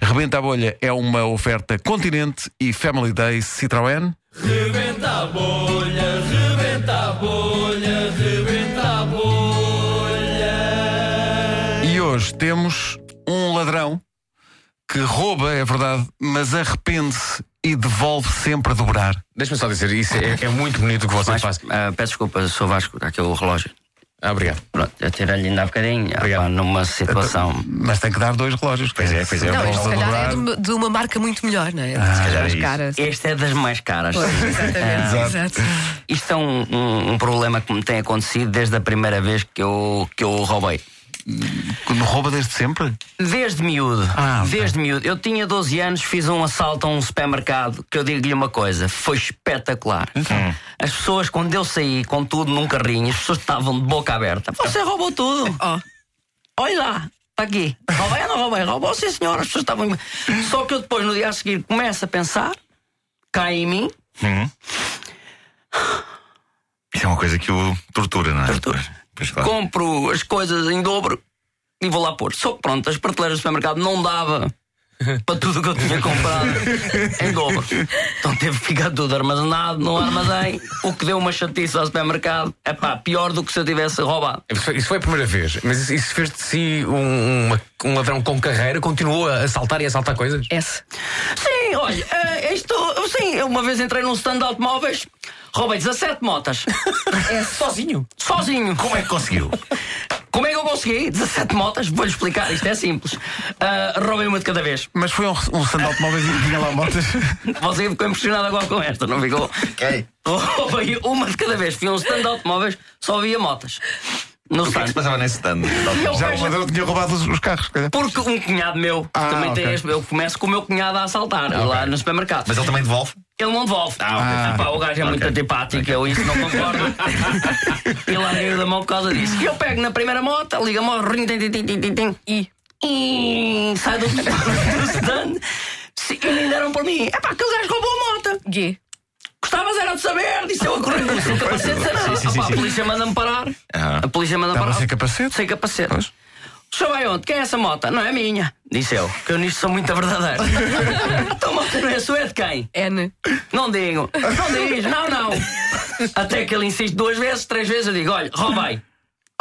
Rebenta a Bolha é uma oferta Continente e Family Day Citroën. Rebenta a bolha, rebenta a bolha, rebenta a bolha. E hoje temos um ladrão que rouba, é verdade, mas arrepende-se e devolve sempre a dobrar. Deixa-me só dizer, isso é, é muito bonito o que você Mas, faz. ah, peço desculpa, sou Vasco, aquele relógio. Ah, obrigado. Pronto, eu tirei-lhe ainda há bocadinho, ah, Obrigado. pá, numa situação. Mas tem que dar dois relógios. Pois é, pois é, Não, Não, este se calhar é de uma, de uma marca muito melhor, não é? se calhar as caras. Então, Este é das mais caras. Pois, exatamente. Ah. exato. Isto é um, um- um problema que me tem acontecido desde a primeira vez que eu, que eu roubei. Rouba desde sempre? Desde miúdo. Ah, ok. Desde miúdo. Eu tinha 12 anos, fiz um assalto a um supermercado, que eu digo-lhe uma coisa, foi espetacular. Então. Hum. As pessoas, quando eu saí com tudo num carrinho, as pessoas estavam de boca aberta. Você roubou tudo. Ó, Olha lá, está aqui. Roubei ou não roubei? Roubou, sim, senhora. As pessoas estavam. Só que eu depois, no dia a seguir, começo a pensar, cai em mim, Isso é uma coisa que o tortura, não é? Tortura. Pois, pois, claro. compro as coisas em dobro e vou lá pôr. Só que pronto, as prateleiras do supermercado não dava para tudo o que eu tinha comprado em dobro. Então teve que ficar tudo armazenado no armazém, o que deu uma chatice ao supermercado. É pá, pior do que se eu tivesse roubado. Isso foi- Isso foi a primeira vez, mas isso, isso fez de si um, uma- um ladrão com carreira, continuou a assaltar e a assaltar coisas? S. Sim, olha, eh, isto. Sim, eu uma vez entrei num stand de automóveis, roubei 17 motas. sozinho? Sozinho. É Como é que conseguiu? Como é que eu consegui? 17 motas? Vou-lhe explicar, isto é simples. Ah, roubei uma de cada vez. Mas foi um, um stand de automóveis e tinha lá motas. Você ficou impressionado agora com esta, não ficou? Ok. Roubei uma de cada vez. Fui a um stand de automóveis, só havia motas. No O que é que stand. se passava nesse stand? Eu Já o vejo- ladrão tinha roubado os, os carros, se calhar. Porque um cunhado meu que Ah, também ok. tem este. Eu começo com o meu cunhado a assaltar lá no supermercado. Mas ele também devolve? Ele não devolve. Ah, Ah, pá, o gajo é muito antipático, eu isso não concordo. Ele larguei da mão por causa disso. E eu pego na primeira moto, liga-me ao rim, tim, tim, tim, tim, tim, tim, e. E sai do, do stand. Se- E nem deram por mim. É pá, aquele gajo roubou a moto. G. Gostavas era de saber, disse eu a correr. Sem capacete, sem nada. Ah, pá, a polícia manda-me parar. A polícia manda Estava parar. sem Tá, é capacete? Sem capacete. O senhor vai onde? Quem é essa moto? Não é minha. Disse eu, que eu nisto sou muito verdadeiro. então a moto não é sua, é de quem? N. Não digo, não diz, não, não. Até que ele insiste duas vezes, três vezes, eu digo: olha, roubei.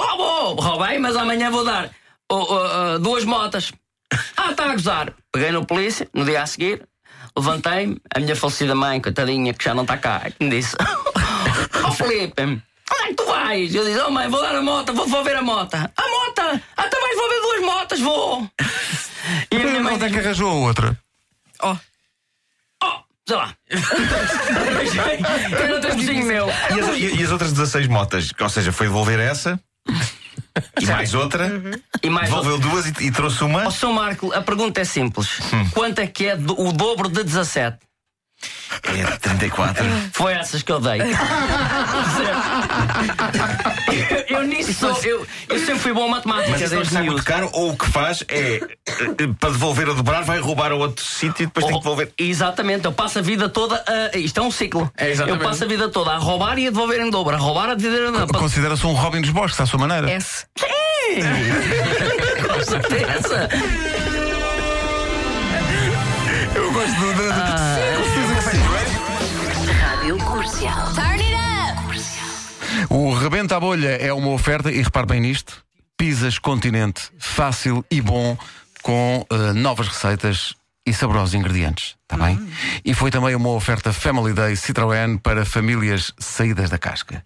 Roubou, roubei, mas amanhã vou dar oh, oh, oh, duas motas. Ah, está a gozar. Peguei no polícia, no dia a seguir, levantei-me, a minha falecida mãe, coitadinha, que já não está cá, é que me disse: Ó Felipe, onde é que tu vais? Eu disse: Oh mãe, vou dar a moto, vou, vou ver a moto. A moto? Ah, também vou ver duas motas, vou. E a Foi minha a mãe moto diz, é que arranjou a outra. Ó, Oh, sei lá. Era outro vizinho um meu. E as, e- e as outras 16 motas? Ou seja, foi devolver essa e mais outra, E mais devolveu duas e, e trouxe uma. Ó, Sr. Marco, a pergunta é simples. Hum. Quanto é que é do- o dobro de 17? É 34. Foi essas que eu dei. eu, eu nisso sou. Eu, eu sempre fui bom em matemática Mas isso não desde está muito miúdo. caro, ou o que faz é eh, eh, para devolver ou dobrar, vai roubar a outro sítio e depois tem que devolver. Exatamente, eu passo a vida toda a. Isto é um ciclo. É, eu exatamente. passo a vida toda a roubar e a devolver em dobro. A roubar, a devolver em dobro. Considera-se um Robin dos Bosques, à sua maneira. É. S. Com certeza. Eu gosto de. de- de- Turn it up! O Rebenta a Bolha é uma oferta, e repare bem nisto: pizzas continente, fácil e bom, com eh, novas receitas e saborosos ingredientes. Está bem? Hum. E foi também uma oferta Family Day Citroën para famílias saídas da casca.